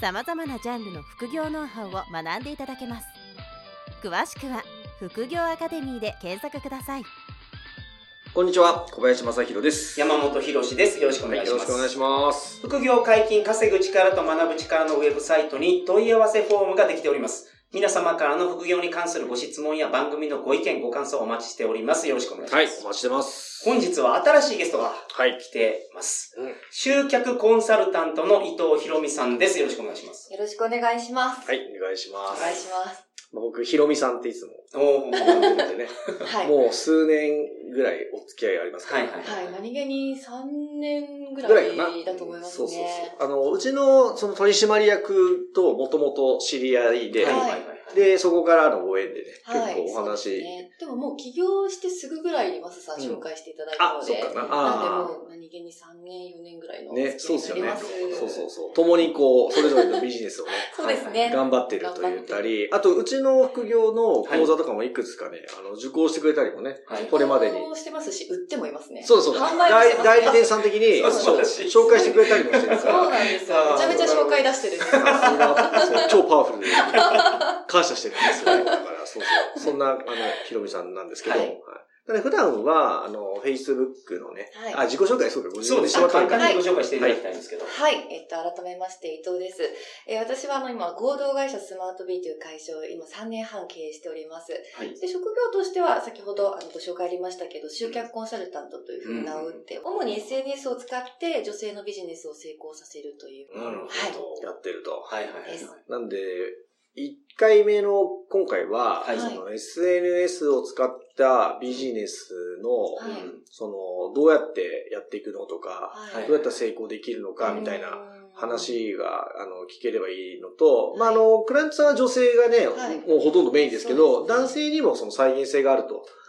さまざまなジャンルの副業ノウハウを学んでいただけます詳しくは「副業アカデミー」で検索くださいこんにちは、小林正宏です。山本博史です。よろしくおは願いい、しよまろしくお願いす。します。副業解禁稼ぐ力と学ぶ力のウェブサイトに問い合わせフォームができております。皆様からの副業に関するご質問や番組のご意見、ご感想をお待ちしております。よろしくお願いしまはい、す。お待ちしてます。本日は新しいゲストがはい。来てます。うん集客コンサルタントの伊藤博美さんです。よろしくお願いします。よろしくお願いします。はい、お願いしまおす。願いします。まあ、僕、ひろみさんっていつもおー。呼んでるんでね、はい。もう数年ぐらいお付き合いありますかはらいはい。はい。何気に3年ぐぐらいからな。いだと思いますね。そうそうそう。あの、うちの、その取締役ともともと知り合いで、はいはいはで、そこからのご縁でね、はい。結構おそうです話、ね。でももう起業してすぐぐらいにマサさんうん紹介していただいたあ、のそで。っかな。なんあでもう何気に3年、4年ぐらいあ、の。ね、そうですよね。そうそうう。そう。共にこう、それぞれのビジネスをね、そうですね。頑張ってると言ったり、あと、うちの副業の講座とかもいくつかね、あの、受講してくれたりもね、はいこれまでに受講してますし、売ってもいますね。そうそう、販売も代してます代理店さん的に、そうそうそう紹介してくれたりもしてるかそうら、なんですよ。めちゃめちゃ紹介出してるんで すよ。さすがそう超パワフルで、感謝してるんですよね。だから、そうそう。そんな、あの、ひろみさんなんですけど、はいはいただ普段は、あの、Facebook のね、あ、はい自己紹介、そうか、ご自そう分ですしでてもらったね。簡のか単にご紹介していただきたいんですけど。はい。えっと、改めまして、伊藤です。えー私は、あの、今、合同会社スマートビーという会社を今3年半経営しております。はいで、職業としては、先ほど、あの、ご紹介ありましたけど、集客コンサルタントというふうに名を打って、主に SNS を使って女性のビジネスを成功させるという。なるほど。やってると。はいはいはいはい。なんで、1回目の今回は、はいその SNS を使ったビジネスの、はいうんその、どうやってやっていくのとか、はいどうやったら成功できるのか、みたいな。うん話が、あの、聞ければいいのと、はいまあ、あの、クライアントさんは女性がね、はいもうほとんどメインですけど、そう男ですね性にもその再現性がある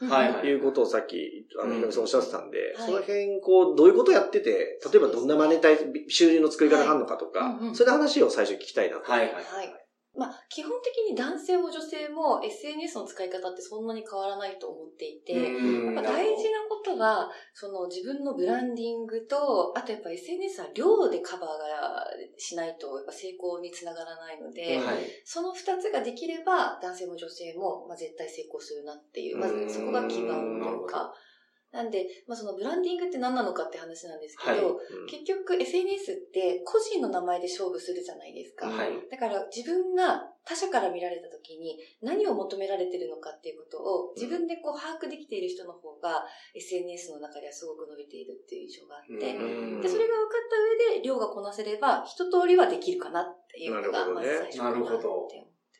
はいはということをさっき、あうの、んひろみさんおっしゃってたんで、はいその辺、こう、どういうことやってて、例えばどんなマネタイ、収入の作り方があるのかとか、はいうんうんそういう話を最初に聞きたいなと。はいはい。はい。まあ、基本的に男性も女性も SNS の使い方ってそんなに変わらないと思っていて、うんやっぱ大事なことは、その自分のブランディングと、あとやっぱ SNS は量でカバーがしないと、やっぱ成功につながらないので、うんはい。その二つができれば、男性も女性も、まあ、絶対成功するなっていう、まうんずそこが基盤なとるいうほか、なんで、まあ、そのブランディングって何なのかって話なんですけど、うはん結局 SNS って個人の名前で勝負するじゃないですか。はい。だから自分が他者から見られた時に何を求められてるのかっていうことを自分でこう把握できている人の方が SNS の中ではすごく伸びているっていう印象があって、うんで、それが分かった上で量がこなせれば一通りはできるかなっていうのなるがほどまねず最初かなって思って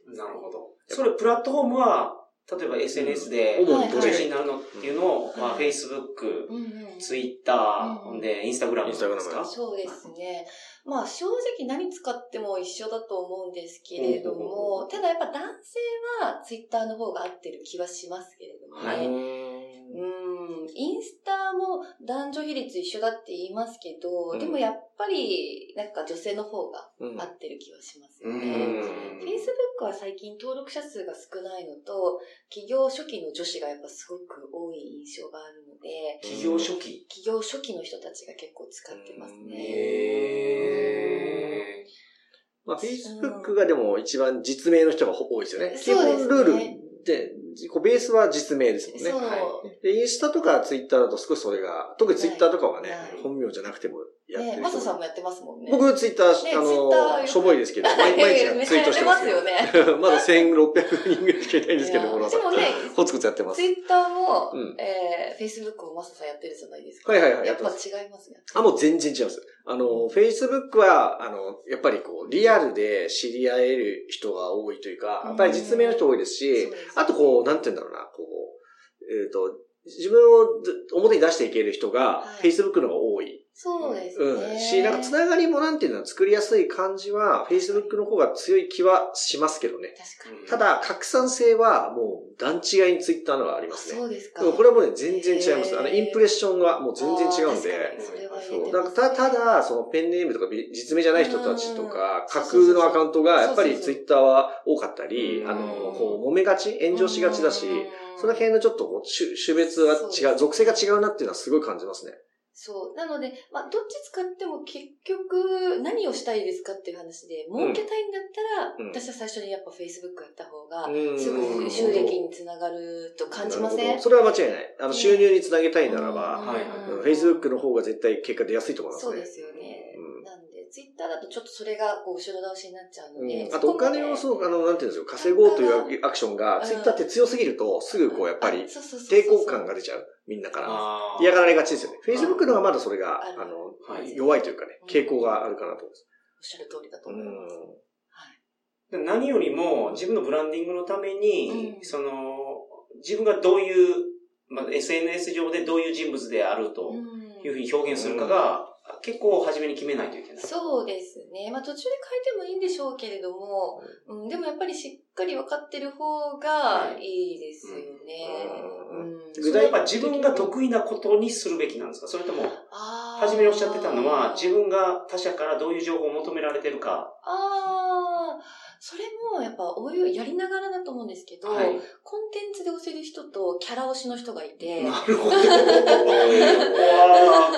ますなるほど。それ、プラットフォームは、例えば SNS で、うん主にど中れ心になるのっていうのを、うんまあ、はい Facebook、うんうん Twitter、うんほんで、Instagram ですか Instagram ですそうですね。まあ正直何使っても一緒だと思うんですけれどうも、ただやっぱ男性はツイッターの方が合ってる気はしますけれどもね。はいうん、インスタも男女比率一緒だって言いますけど、うんでもやっぱりなんか女性の方がうん合ってる気はしますうよんね。Facebook は最近登録者数が少ないのと、起業初期の女子がやっぱすごく多い印象があるので、企業初期。起業初期の人たちが結構使ってますね。へまあ、Facebook がでも一番実名の人がほ多いですよね。そうで基本すねルールで、こうベースは実名ですもんねそう、。はで、インスタとかツイッターだと少しそれが、特にツイッターとかはね、はい本名じゃなくてもやってねるマ人サさが、んもやってますもんね。僕ツイッター、あね Twitter よの、くしょぼいです けど、毎いやいや毎め日っちツイートゃやっしててまますすよよ。ね。まだ1600人ぐらいしかいないんですけいやど、このでもね、コツコツやってます ツ。イッターも、うんえー、フェイスブックもマサさんやってるじゃないですか。はいはいはいやっやぱっ違いますね。あ、もう全然違います。あの、Facebook は、あの、やっぱりこう、リアルで知り合える人が多いというか、やっぱり実名の人多いですし、あとこう、なんて言うんだろうな、こう、えっ、と、自分をず表に出していける人がは、い Facebook の方が多い。そうですね。うん。し、なんかつながりもなんていうのは作りやすい感じは、Facebook の方が強い気はしますけどね。確かに。ただ、拡散性はもう段違いに Twitter のはありあますそね。うですかで。もこれはもうね、全然違いまへす。ーあの、インプレッションがもう全然違うんあー確で。かにそれは言えそてう。だまかすらたただ、そのペンネームとかび実名じゃない人たちとか、うん架空のアカウントがやっぱそうりそうそう Twitter は多かったりう、んあの、こう、揉めがち炎上しがちだし、その辺のちょっとこう種種別がそうです違う、属性が違うなっていうのはすごい感じますね。そう。なので、まあ、どっち使っても結局、何をしたいですかっていう話で、儲けたいんだったら、うん私は最初にやっぱ Facebook やった方が、うんすぐ収益につながると感じまなせるほんどそれは間違いない。あの、ね収入につなげたいならば、はいうんは Facebook の方が絶対結果出やすいと思いますね。そうですよね。うんなんで、ツイッターだとちょっとそれがこう後ろ倒しになっちゃうので、うんあとお金をそう、あの、なんていうんですか、稼ごうというアクションが、ツイッターって強すぎると、すぐこう、やっぱり、抵抗感が出出ちゃう。みんなから。あー嫌がられがちですよね。Facebook のはまだそれが、あるあの、はい弱いというかね、うん傾向があるかなと思います。おっしゃる通りだとう思いまんす。でも何よりも自分のブランディングのために、うんその、自分がどういう、まあ、SNS 上でどういう人物であるとうんいうふうに表現するかが、結構初めに決めないといけない。そうですね。まあ途中で変えてもいいんでしょうけれども、うん、でもやっぱりしっかり分かってる方がいいですようんね。うん具そ体れはやっぱ自分が得意なことにするべきなんですかそれとも、初めにおっしゃってたのは、自。分が他者からどういう情報を求められてるか。あーあー、それもやっぱ応用やりながらだと思うんですけど、はい。コンテンツで推せる人とキャラ推しの人がいて、なる ほど。わ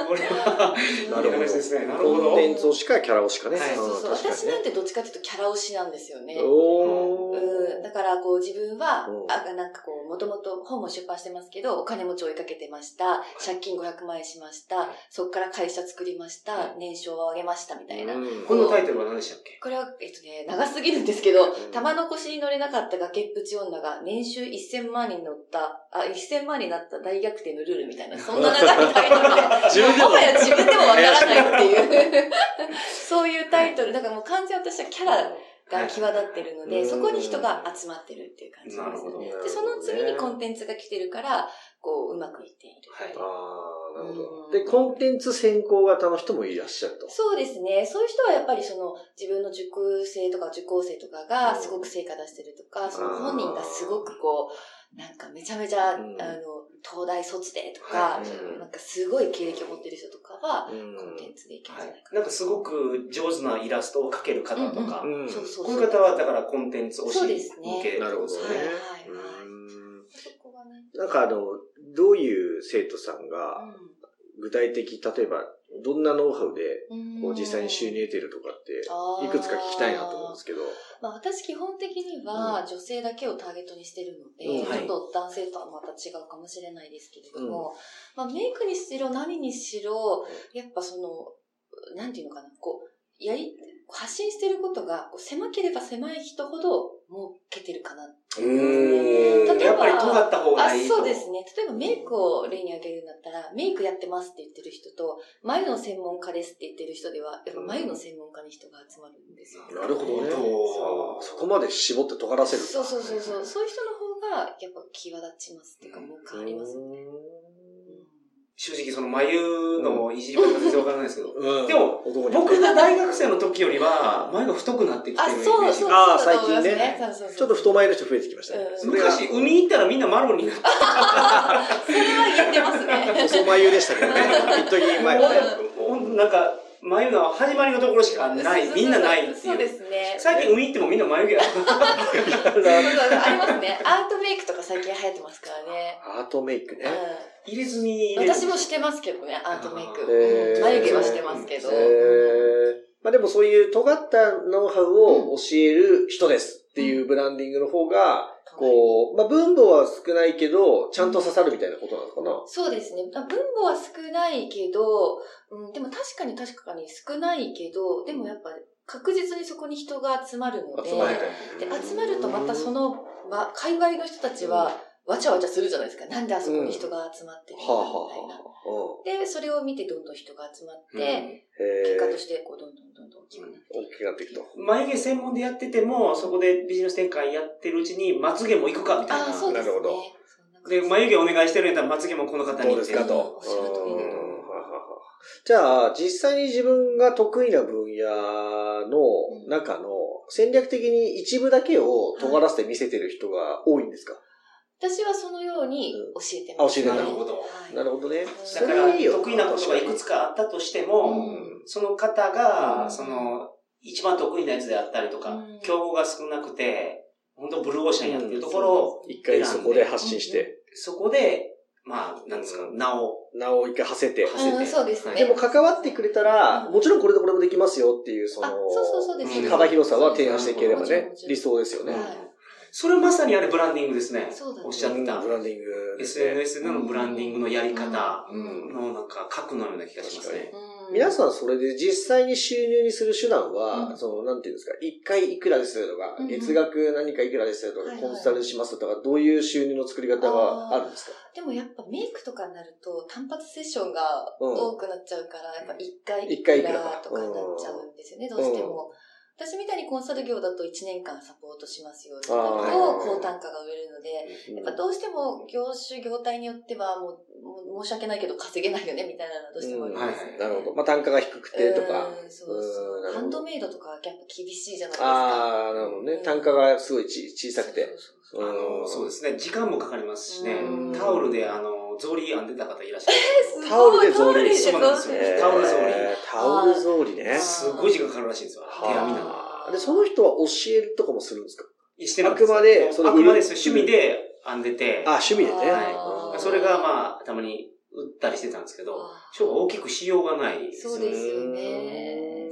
あ、これは、なるほどいい話ですね。なるほコンど。テンツ推しかキャラ推しかね。はいんそうそう、確かにね私なんてどっちかっていうとキャラ推しなんですよね。おーうん、だからこう自分はう、んあなんかこう、もともと本も出版してますけど、お金持ち追いかけてました、借金500万円しました、そこから会社作りました、年商を上げましたみたいな。うんこのタイトルは何でしたっけこれは、えっとね、長すぎるんですけど、ん玉の腰に乗れなかった崖っぷち女が年収1000万に乗った、あ、1000万になった大逆転のルールみたいな、そんな長いタイトルで、 自分でももはや 自分でもわからないっていう、 そういうタイトル、だからもう完全に私はキャラが際立ってるのはで、いそこに人が集まってるっていう感じななんるですほど。よはね。い。で、その次にコンテンツが来てるから、こう、うまくいっている。ああ、なるほうど。んで、コンテンツ先行型の人もいらっしゃると。そうですね。そういう人はやっぱりその自分の塾生とか受講生とかがすごく成果出してるとか、その本人がすごくこう、なんかめちゃめちゃ、あうのん、東大卒でとはか、なんかすごい経歴を持ってる人とかは、うんコンテンツでいけるんじゃないかなんかすごく上手なイラストを描ける方とか、うんうんな。そうそうこそうう。いう方はだからコンテンツをそう向ですねけなるほどねはいはいは。い。うんそこがね。なんかあの、どういう生徒さんが、う具体的、例えば、どんなノウハウで、んこう実際に収入得てるとかって、いいくつか聞きたいなと思うんですけど。まあ、私基本的には女性だけをターゲットにしてるので、うんはいちょっと男性とはまた違うかもしれないですけれども、まあ、メイクにしろ何にしろ、やっぱその、なんていうのかな、こう、やり、発信してることがこう狭ければ狭い人ほど儲けてるかな。うーん例えばやっぱり尖った方あがいいと。そうですね。例えばメイクを例に挙げるんだったら、メイクやってますって言ってる人と、眉の専門家ですって言ってる人では、やっぱ眉の専門家に人が集まるんですよ、なるほどねそそううそこまで絞って尖らせる。そうそうそうそう。そういう人の方が、やっぱ際立ちますっていうか、もう変わりますね。正直その眉のいじり方全然わからないですけど、うんでも、男に 僕が大学生の時よりは、眉が太くなってきてあ、るイメージそうそうそうあーだと思います。最近ねそうそうそうちょっと太眉の人増えてきましたねうん。それが昔、海行ったらみんなマロになってた。それは言ってますね。細眉でしたけどね。一時前はね。 なんか、眉の始まりのところしかない。みんなないってそういでう。すね。最近海行ってもみんな眉 毛が。そうそうありますね。アートメイクとか最近流行ってますからね。アートメイクね。う入れ墨入ん、れる私もしてますけどね、アートメイク。へうーん眉毛はしてますけど。へーまあでもそういう尖ったノウハウを教える人ですっていうブランディングの方が、こう、まあ分母は少ないけど、ちゃんと刺さるみたいなことなのかな。そうですね。あ分母は少ないけど、うん、でも確かに確かに少ないけど、でもやっぱ確実にそこに人が集まるので、集まるで集まるとまたその、ま、界隈の人たちはわちゃわちゃするじゃないですか。なんであそこに人が集まってるはのあはみたいな。あはあ。で、それを見てどんどん人が集まっうんて、うん結果とへーしてこうどんどんどんどん大きくなる。大きくなっていくと。眉毛専門でやってても、そこでビジネス展開やってるうちに、まつげも行くかみたいな。ああ、そうですね。なるほどそんな感じで、眉毛お願いしてるんやったら、まつげもこの方にどうでってすいうかと。うんおっしゃる通りだとうんはじゃあ、実際に自分が得意な分野の中の戦略的に一部だけを尖らせて見せてる人が多いんですか、私はそのように教えてます、うんあ教えてるなるほどはいなるほどね。だそかれら、はいいよ得意なことがいくつかあったとしても、うんその方うが、んその、一番得意なやつであったりとかうん、競合が少なくて、本当ブルーオーシャンやってるところを、一回そこで発信して、そこで、まあ、なんですか、名を。名を一回馳せて。馳せてうんそうですね。はいでも関わってくれたら、うんもちろんこれとこれもできますよっていう、その、あそうそうそうですうん幅広さは提案していければもちろんねもちろ、ん理想ですよね。はいそれまさにあれブランディングですね。そうだねおっしゃっうんてたブ。ランディングですね。 SNS でのブランディングのやり方うんうんのなんか核のような気がしますね。うん皆さんそれで実際に収入にする手段は、うんその、なんていうんですか、一回いくらですとか、うんうん月額何かいくらですとか、はいはいコンサルしますとか、どういう収入の作り方があるんですかでもやっぱメイクとかになると単発セッションが多くなっちゃうから、やっぱ一回一い回いくくららとかになっちゃうんですよね、どうしても。私みたいにコンサル業だと1年間サポートしますよってなるあーと高単価が売れるので、やっぱどうしても業種業態によってはもうもう申し訳ないけど稼げないよねみたいなのはどうしてもあります、うんなるほど。まあ、単価が低くてとか。うんそううんなそるほどう。ハンドメイドとかはやっぱ厳しいじゃないですか。ああ、なるほどね。単価がすごいち小さくて。。そうそうそうあの、そうですすね。時間もかかりますしねうん。タオルで、あの、草履編んでた方いらっしゃる。すごいタオルで草履そタオルでうなんですよえータオル草履タオル草履ね。すごい時間かかるらしいんですよ。手編みなの。はあで、その人は教えるとかもするんですかしてなくてあくまでそあのくまでですよ趣味で編んでて、あ、趣味でね。はいうんそれがまあ、たまに売ったりしてたんですけど、超大きくしようがないですそうですよね。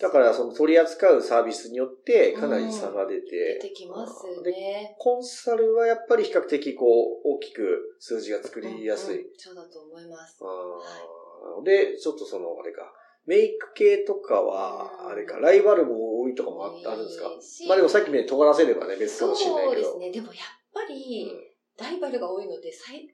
だから、その取り扱うサービスによって、かなり差が出出て、てきますでね。コンサルはやっぱり比較的こう、大きく数字が作りやすい。うんうんそうだと思います。あーで、ちょっとその、あれか、メイク系とかうは、んあれか、ライバルも多いとかもああるんですか多いしまあでもさっきみたいに尖らせればね、別かそもしれないうけでど。すね。でもやっぱり、ライバルが多いので、最枯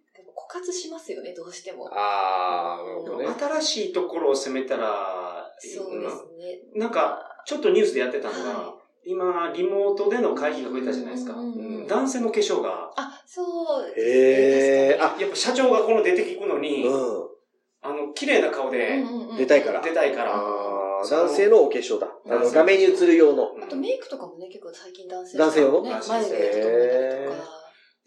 渇しますよね、どうしてもうん。ああ、なるほどね。新しいところを攻めたらいいのそうかでな、すね。なんか、ちょっとニュースでやってたのが、は今、リモートでの会議が増えたじゃないですか。うんうんうんうん男性の化粧が、あ、そうですね。へー確かあやっぱ社長がこの出てきくのに、うあの、綺麗な顔でにうんうんうん出たいから出たいかん。ら、ああ、その男性のお化粧だ。あ男の、性画面に映る用の。うんあとメイクとかもね、結構最近男性男性用のね男、性眉毛整えたりとか。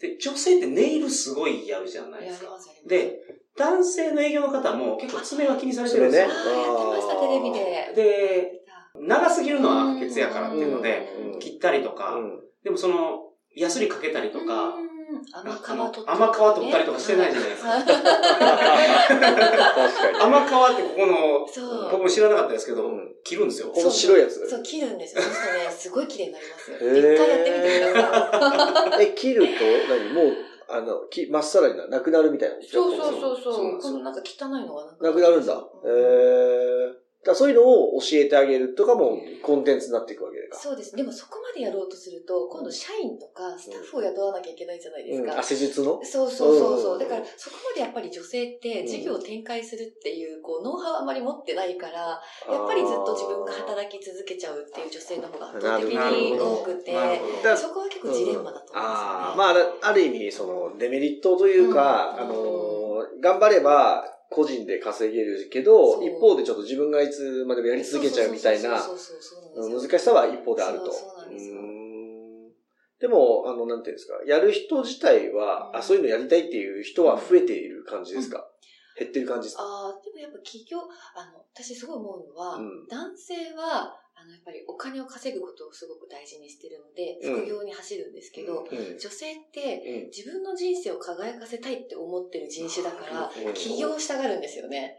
で、女性ってネイルすごいやるじゃないやりでますすか。やりますで、男性の営業の方も結構爪は気にされてるんそでれすあねよ。ーやってました、テレビで。で、長すぎるのは不潔やからっていうので、うん切ったりとか、うんでもその、ヤスリかけたりとか、うん、甘皮あの取ったりとかね。甘皮取ったりとかしてないじゃないですかはい。確かに。甘皮ってここその、う僕も知らなかったですけど、うん切るんですよ。この白いやつ。そう、切るんですよ。そうするとね、すごい綺麗になりますよ。へー一回やってみてください。え、切ると、何もう、あの、き、まっさらにななくなるみたいな。そうそうそうそうなんそう。ですよこのなんか汚いのがななくなるんだ。えうんー。だからそういうのを教えてあげるとかもコンテンツになっていくわけでか。そうです。でもそこまでやろうとすると、今度社員とかスタッフを雇わなきゃいけないじゃないですうん、かあ、。施術のそうそうそううそんう。だから、そこまでやっぱり女性って事業を展開するっていう、こう、ノウハウあまり持ってないから、やっぱりずっと自分が働き続けちゃうっていう女性の方が圧倒的なにるほ多どくて、なるほどだそこは結構ジレンマだと思いああ、ままあ、ある意味、その、デメリットというか、うんあのー、頑張れば、個人で稼げるけど、そう一方でちょっと自分がいつまでもやりすね。続けちゃうみたいな、そうそうそうそうそうなんですよ難しさは一方であると。そうそうなんですようーんでも、あの、なんていうんですか、やる人自体は、うんあ、そういうのやりたいっていう人は増えている感じですか、減ってる感じですかああ、でもやっぱ企業、あの、私すごい思うのは、うん男性は、あの、やっぱりお金を稼ぐことをすごく大事にしてるので、うん副業に走るんですけど、うん女性ってうん 自分の人生を輝かせたいって思ってる人種だから、うん起業したがるんですよね。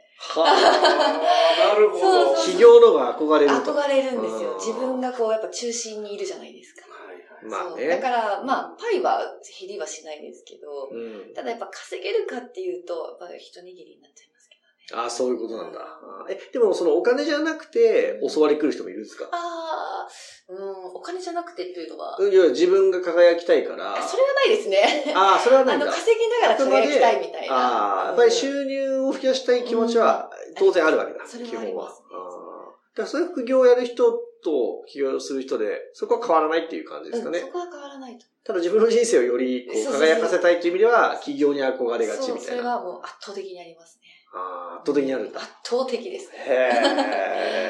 はなるほど。そうそうあ。そう起業のが憧れると。憧れるんですうんよ。自分がこう、やっぱ中心にいるじゃないですか。はいはいまあそうだかね。ら、まあ、パイは減りはしないですけど、うん。ただやっぱ稼げるかっていうと、やっぱ一握りになっちゃいますけど。ああ、そういうことなんだ。あーえ、でもそのお金じゃなくて、うん襲われ来る人もいるんですか、ああ、うん、お金じゃなくてっていうのは、うん、いや、自分が輝きたいから。あそれはないですね。ああ、それはあないんの、だ。稼ぎながら輝きたいみたいな。ああ、やっぱり収入を増やしたい気持ちは当然あるわけだ、うんそれ基はあり本は。まああすねだからそういう副業をやる人と起業する人で、そこは変わらないっていう感じうんですかね。うんそこは変わらないと。ただ自分の人生をよりこうそうそうそう輝かせたいという意味では、起業に憧れがちそう、みそたいれな。はもう圧倒的にありますね。あー 圧倒的にあるんだ。圧倒的です。へ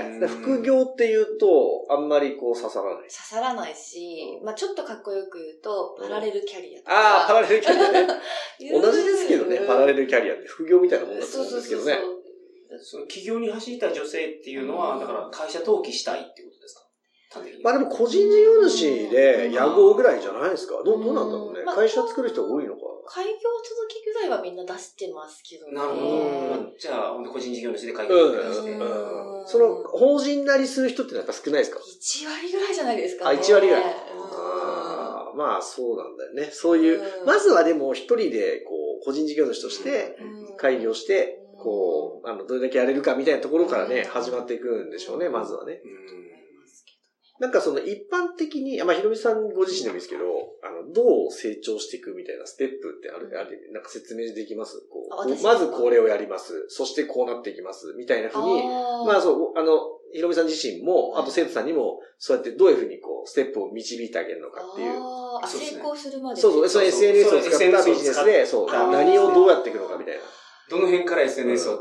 うえ。ん副業って言うと、あんまりこう刺さらない。刺さらないし、まあちょっとかっこよく言うと、うんパラレルキャリアとああ、パか。ラレルキャリアね。いう同じですけどね、パラレルルキャリアって副業みたいなもんだとそう思うんそうですけそうどそうね。。その企業に走りたい女性っていうのは、うんだから会社登記したいってことですか端的にまあでも個人事業主でうん野号ぐらいじゃないですか。どうどうなんだろううねんま。あ会社作る人が多いのか開業届ぐらいはみんな出してますけどね。なるほうんど。じゃあ、ほんと個人事業主で会な。社登記して。うん。ううんん。その、法人なりする人ってのはやっぱ少ないですか1割ぐらいじゃないですかあ、ね。 1割ぐらい。うんあーまあそうなんだよね。そういう、うんまずはでも一人でこう、個人事業主として、うん開業して、こう、あの、どれだけやれるかみたいなところからね、うん始まっていくんでしょうね、まずはね。思いますけなんかその一般的に、あまあ、ひろみさんご自身でもいいですけど、あの、どう成長していくみたいなステップってある、ある、なんか説明できますこあうこ私う、まずこれをやります。そしてこうなっていきます。みたいなふどうに、あーまあそう、あの、ひろみさん自身も、あと生徒さんにも、そうやってどういうふうにこう、ステップを導いてあげるのかっていう。あーあそうです成ね功するまで。そうそう、そのう SNS を使っそうたビジネスで、そう、あー何をどうやっていくのかみたいな。どの辺から SNS を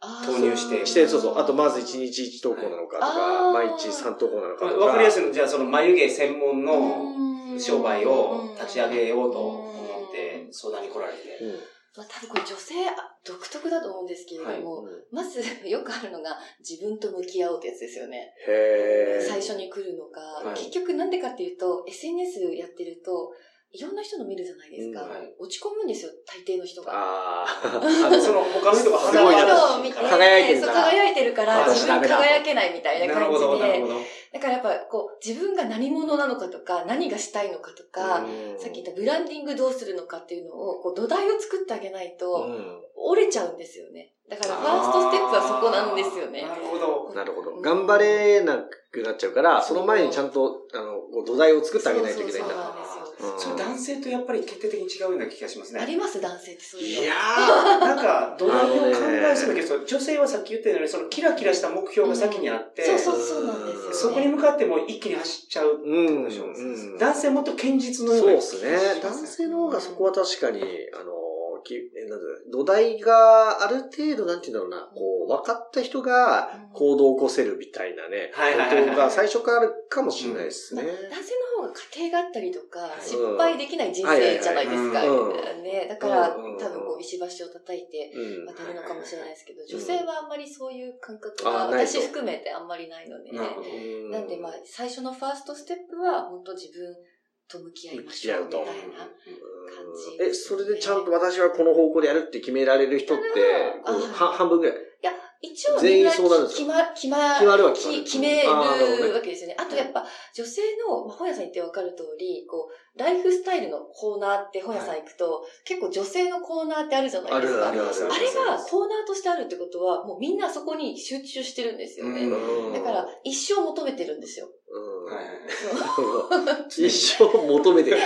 あー投入してして、そうそう、あとまず1日1投稿なのかとか、はい毎日3投稿なのかとか。わかりやすいの、じゃあその眉毛専門のの商売を立ち上げようと思って相談に来られて。うん。まあ、多分これ女性あ独特だと思うんですけれども、うんまずよくあるのが自分と向き合おうってやつですよね。へー最初に来るのが、はい結局なんでかっていうと、SNS やってると、いろんな人の見るじゃないですか。うんはい落ち込むんですよ、大抵の人が。ああ あ。のその他の人がすごいな人を見て、な輝いてるそかうら輝いてるから、私自分ダメだ輝けないみたいなる感ほじど、なるほで、ど。だからやっぱこう、自分が何者なのかとか、何がしたいのかとか、うんさっき言ったブランディングどうするのかっていうのを、こう土台を作ってあげないと、うん折れちゃうんですよね。だから、ファーストステップはそこなんですよねあー。なるほど。なるほど。うん頑張れなくなっちゃうから、その前にちゃんと、あの、こう土台を作ってあげないといけないんそうだ。なんですようんそれ男性とやっぱり決定的に違うような気がしますね。あります男性ってそういうの。なんか、土台を考えすべきです女性はさっき言ったように、そのキラキラした目標が先にあって、そうそうそうなんですよ、ね。そこに向かってもう一気に走っちゃう。うん。うん男男性もっと堅実のよそううなで気すがね。しま男性の方がそこは確かに、あの、きえなんていうの土台がある程度、なんていうんだろうな、こう、分かった人が行動を起こせるみたいなね、はいはいはいはいことが最初からあるかもしれないですね。男性の方が家庭があったりとか、うん失敗できない人生じゃないですか。はいはいはいうんね、だから、うん多分こう、石橋を叩いてうん渡るのかもしれないですけど、ん女性はあんまりそういう感覚が、あないと私含めてあんまりないので、なるほど。うなんでまあ、最初のファーストステップは、本当自分と向き合いましょうみたい向きな。うん感じえ、それでちゃんと私はこの方向でやるって決められる人って、あこーうは半分ぐらい。いや、一応全みん員なそうなるんです決ま、決ま、決まるは決まるき決めるあーなるほどねわけですよね。あとやっぱ、女性の、まあ、本屋さん行ってわかる通り、こう、ライフスタイルのコーナーって本屋さん行くと、結構女性のコーナーってあるじゃないですか。あるあるああれるがコーナーとしてあるってことは、もうみんなそこに集中してるんですよね。うんだから、一生求めてるんですよ。うんはいはいはい一生求めて る。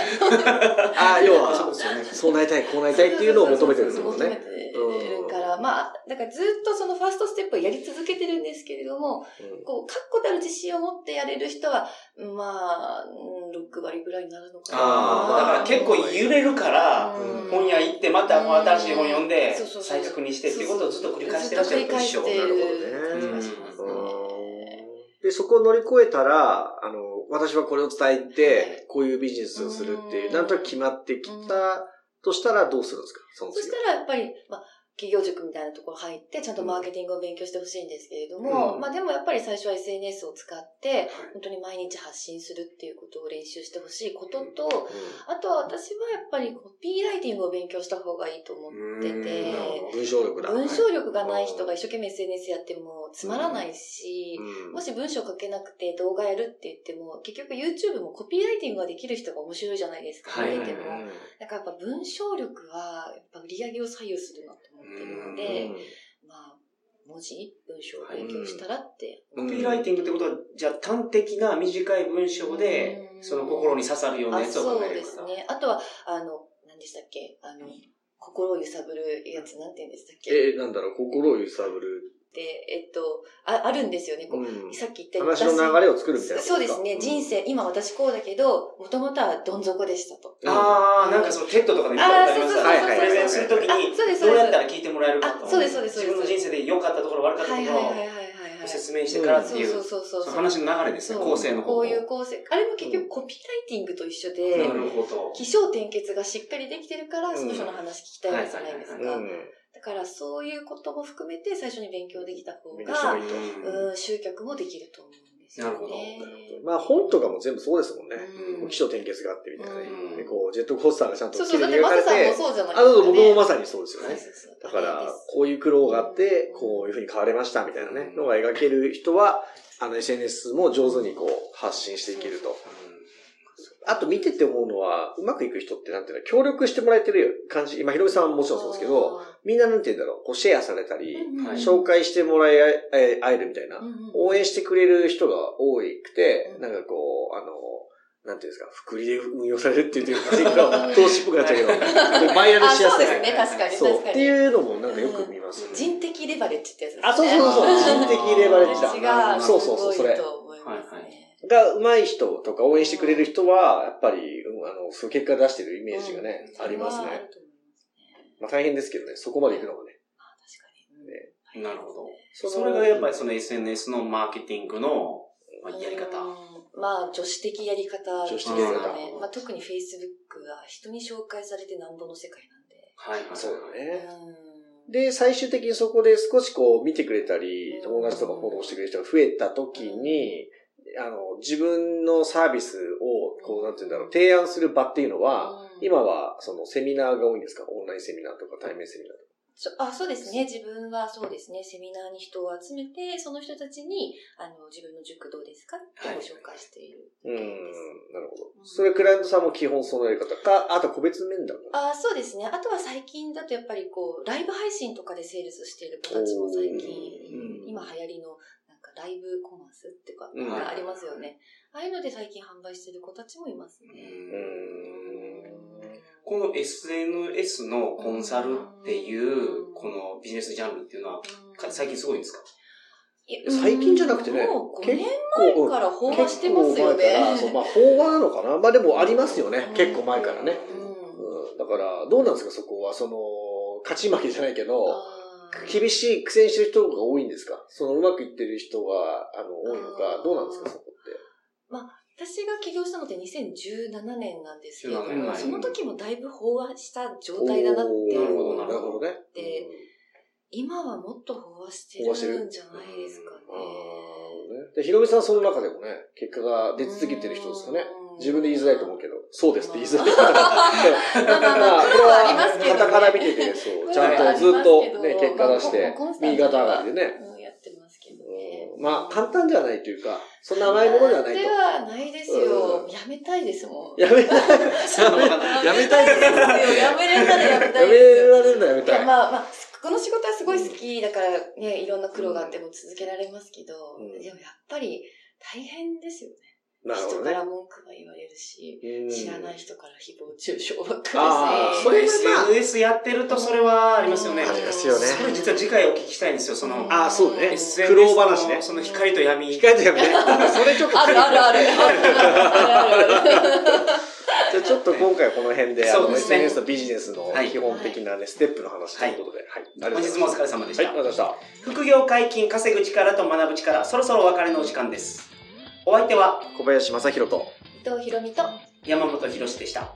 ああ、要そうはで、すよね。そうなりたい、こうなりたいっていうのを求めてるんですそうもんそうそうね。求めてるから、まあ、だからずっとそのファーストステップをやり続けてるんですけれども、こう、確固たる自信を持ってやれる人は、まあ、うん6割ぐらいになるのかな。ああ、だから結構揺れるから、うん本屋行ってまたこう新しい本読んでそうそうそう、再確認してっていうことをずっと繰り返してらずっっしとゃる繰り返していなるるほど感ねじがしますね。うんで、そこを乗り越えたら、あの、私はこれを伝えはいて、こういうビジネスをするっていうう、んなんとなく決まってきたとしたらどうするんですかそのそ次しは。たらやっぱり、まあ、企業塾みたいなところ入って、ちゃんとマーケティングを勉強してほしいんですけれども、うんまあでもやっぱり最初は SNS を使って、本当に毎日発信するっていうことを練習してほしいことと、あとは私はやっぱりコピーライティングを勉強した方がいいと思ってうんて、うん文章力だ。文章力がない人が一生懸命 SNS やってもつまらないし、うんもし文章書けなくて動画やるって言っても、結局 YouTube もコピーライティングができる人が面白いじゃないですか、はい見はいれはいても。だからやっぱ文章力は、やっぱ売り上げを左右するなと思ってるので、まあ、文字、文章を勉強したらって。うんコピーライティングってことは、じゃあ端的な短い文章で、うんその心に刺さるようなあやつを考そうえでるすかね。あとは、あの、何でしたっけあの、心を揺さぶるやつ、なんて言うんでしたっけえー、なんだろう、心を揺さぶる。って、えっと、ああるんですよね。こううんさっき言ったように話の流れを作るみたいなことか。そうですね。ん人。生、今私こうだけど、もともとはどん底でしたと。うんああ、なんかそのテッドとかで見たことありまあーそうそすうそうそうプレゼンするときあに、そうですどうやったそうら聞いてもらえるかと。あそうですそうですそうで自分すの人生で良かったところ、悪かったはといこはいはいはいろはいはをい。説明してからってそういそうう、そうそうその話の流れですね、そ構う成の方こ法ういう構成。あれも結局コピーライティングと一緒なで、るほど。気象転結がしっかりできてるから、んその人の話聞きたいわけじゃないですはい。かうだからそういうことも含めて最初に勉強できた方勉強した方がいが、いうん、集客もできると思うんですよね。なるほどん。まあ本とかも全部そうですもんね。うん起承転結があってみたいなねうん。でこう、ジェットコースターがちゃんとそう綺そう、だ麗っにて描マかれサさんもて、そうじゃないですか、あ、そね。うそう、僕もまさにそうですよね。だから、こういう苦労があってう、んこういうふうに変われましたみたいなねう、んのが描ける人は、あの SNS も上手にこう発信していけると。あと見てて思うのは、うまくいく人ってなんていうの、協力してもらえてる感じ。今、ひろみさんももちろんそうですけど、、みんななんて言うんだろう、こうシェアされたり、はい紹介してもらえ、え会えるみたいな、応援してくれる人が多くてう、んなんかこう、あの、なんていうんですか、福利で運用されるっていうというか、投資っぽくなっちゃうけど、こうバイアルあ、しやそすうい。ですね、確かに、そう。確っかてに。いうのもなんかよく見ます。うん人的レバレッジってやつですね。あそうそうそう人的レバレッジだ私が、そうそうそうそれすごいと思いますはいはね。が上手い人とか応援してくれる人は、やっぱり、うんあの、そういう結果出してるイメージがね、うんありますそれはあね。ると思いますねまあ大変ですけどね、そこまで行くのもね。あ確かに。ねうんなるほど。のそれがやっぱりその SNS のマーケティングのまあやり方。うんまあ、女子的やり方ですよ女子的やり方ね。まあ、特に Facebook は人に紹介されてなんぼの世界なんで。はいはい。そうだね。うんで、最終的にそこで少しこう見てくれたりう、ん友達とかフォローしてくれる人が増えた時に、あの、自分のサービスを、こう、なんて言うんだろう、提案する場っていうのは、うん今は、その、セミナーが多いんですかオンラインセミナーとか対面セミナーとか。そあそうですね。自分はそうですね。セミナーに人を集めて、その人たちに、あの、自分の塾どうですかってはいご紹介している。うん、なるほうど。んそれ、クライアントさんも基本そのやり方か、あと個別面談かあそうですね。あとは最近だとやっぱりこう、ライブ配信とかでセールスしている子たちも最近お、ー今流行りの、なんかライブコマースっていうか、うんなんかありますよね。ああいうので最近販売している子たちもいますうね。んこの SNS のコンサルっていう、このビジネスジャンルっていうのは、か最近すごいんですか最近じゃなくてねもう5結年構前から飽和してますよね結構前からそう、まあ、飽和なのかなまあでもありますよねうん。結構前からね。うんうん、だから、どうなんですかそこは、その、勝ち負けじゃないけど、あー厳しい、苦戦してる人が多いんですかその、うまくいってる人が、あの、多いのあかー、どうなんですかそこ私が起業したのって2017年なんですけれど17年も、はいその時もだいぶ飽和した状態だなっおーてなる思ほうど、なるほどね。で今はもっと飽和して飽和してるるんじゃないですかね。うんあーねで、ひろみさんはその中でもね、結果が出続けてる人ですかね。うん自分で言いづらいと思うけど、そうですって言いづらい。まあまあまあ、まあこれはありますけど、ね。肩から見てて、そう、これちはゃんありまとすけどずっとね、結果出してまあコンス、タントに右肩上がりでね。うんやってますけどね。うんまあ、簡単ではないというか、そんな甘いものではないとで。はないですよう。んやめたいですもん。やめない。 そんなことな いやめたいですよ。やめれたらやめたやいめですよ。られるのはやめいやたい。まあまあ、この仕事はすごい好きだからね、いろんな苦労があっても続けられますけど、うんでもやっぱり大変ですよね。なるほ人どかね。ら文句は言われるし、うん知らない人から誹謗中傷ばっかありーしそれはまあ SNS やってるとそれはありますよね。ありますよねそれ実は次回お聞きしたいんですよ、その。あーそうね SNS 苦労話ねのその光と闇。控えてや めね。それちょっと、あるあるある。あるある ある。じゃあちょっと今回はこの辺で、あそうの、ですね SNS とビジネスの基本的なね、ステップの話ということで。はい。本日もお疲れ様でしたはい、ありがとうございました。副業解禁、稼ぐ力と学ぶ力、そろそろお別れのお時間です。お相手は小林正宏と。伊藤博美と山本博史でした。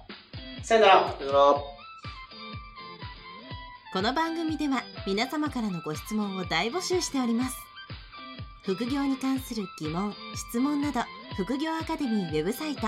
さよなら。さよなら。この番組では皆様からのご質問を大募集しております副業に関する疑問・質問など副業アカデミーウェブサイト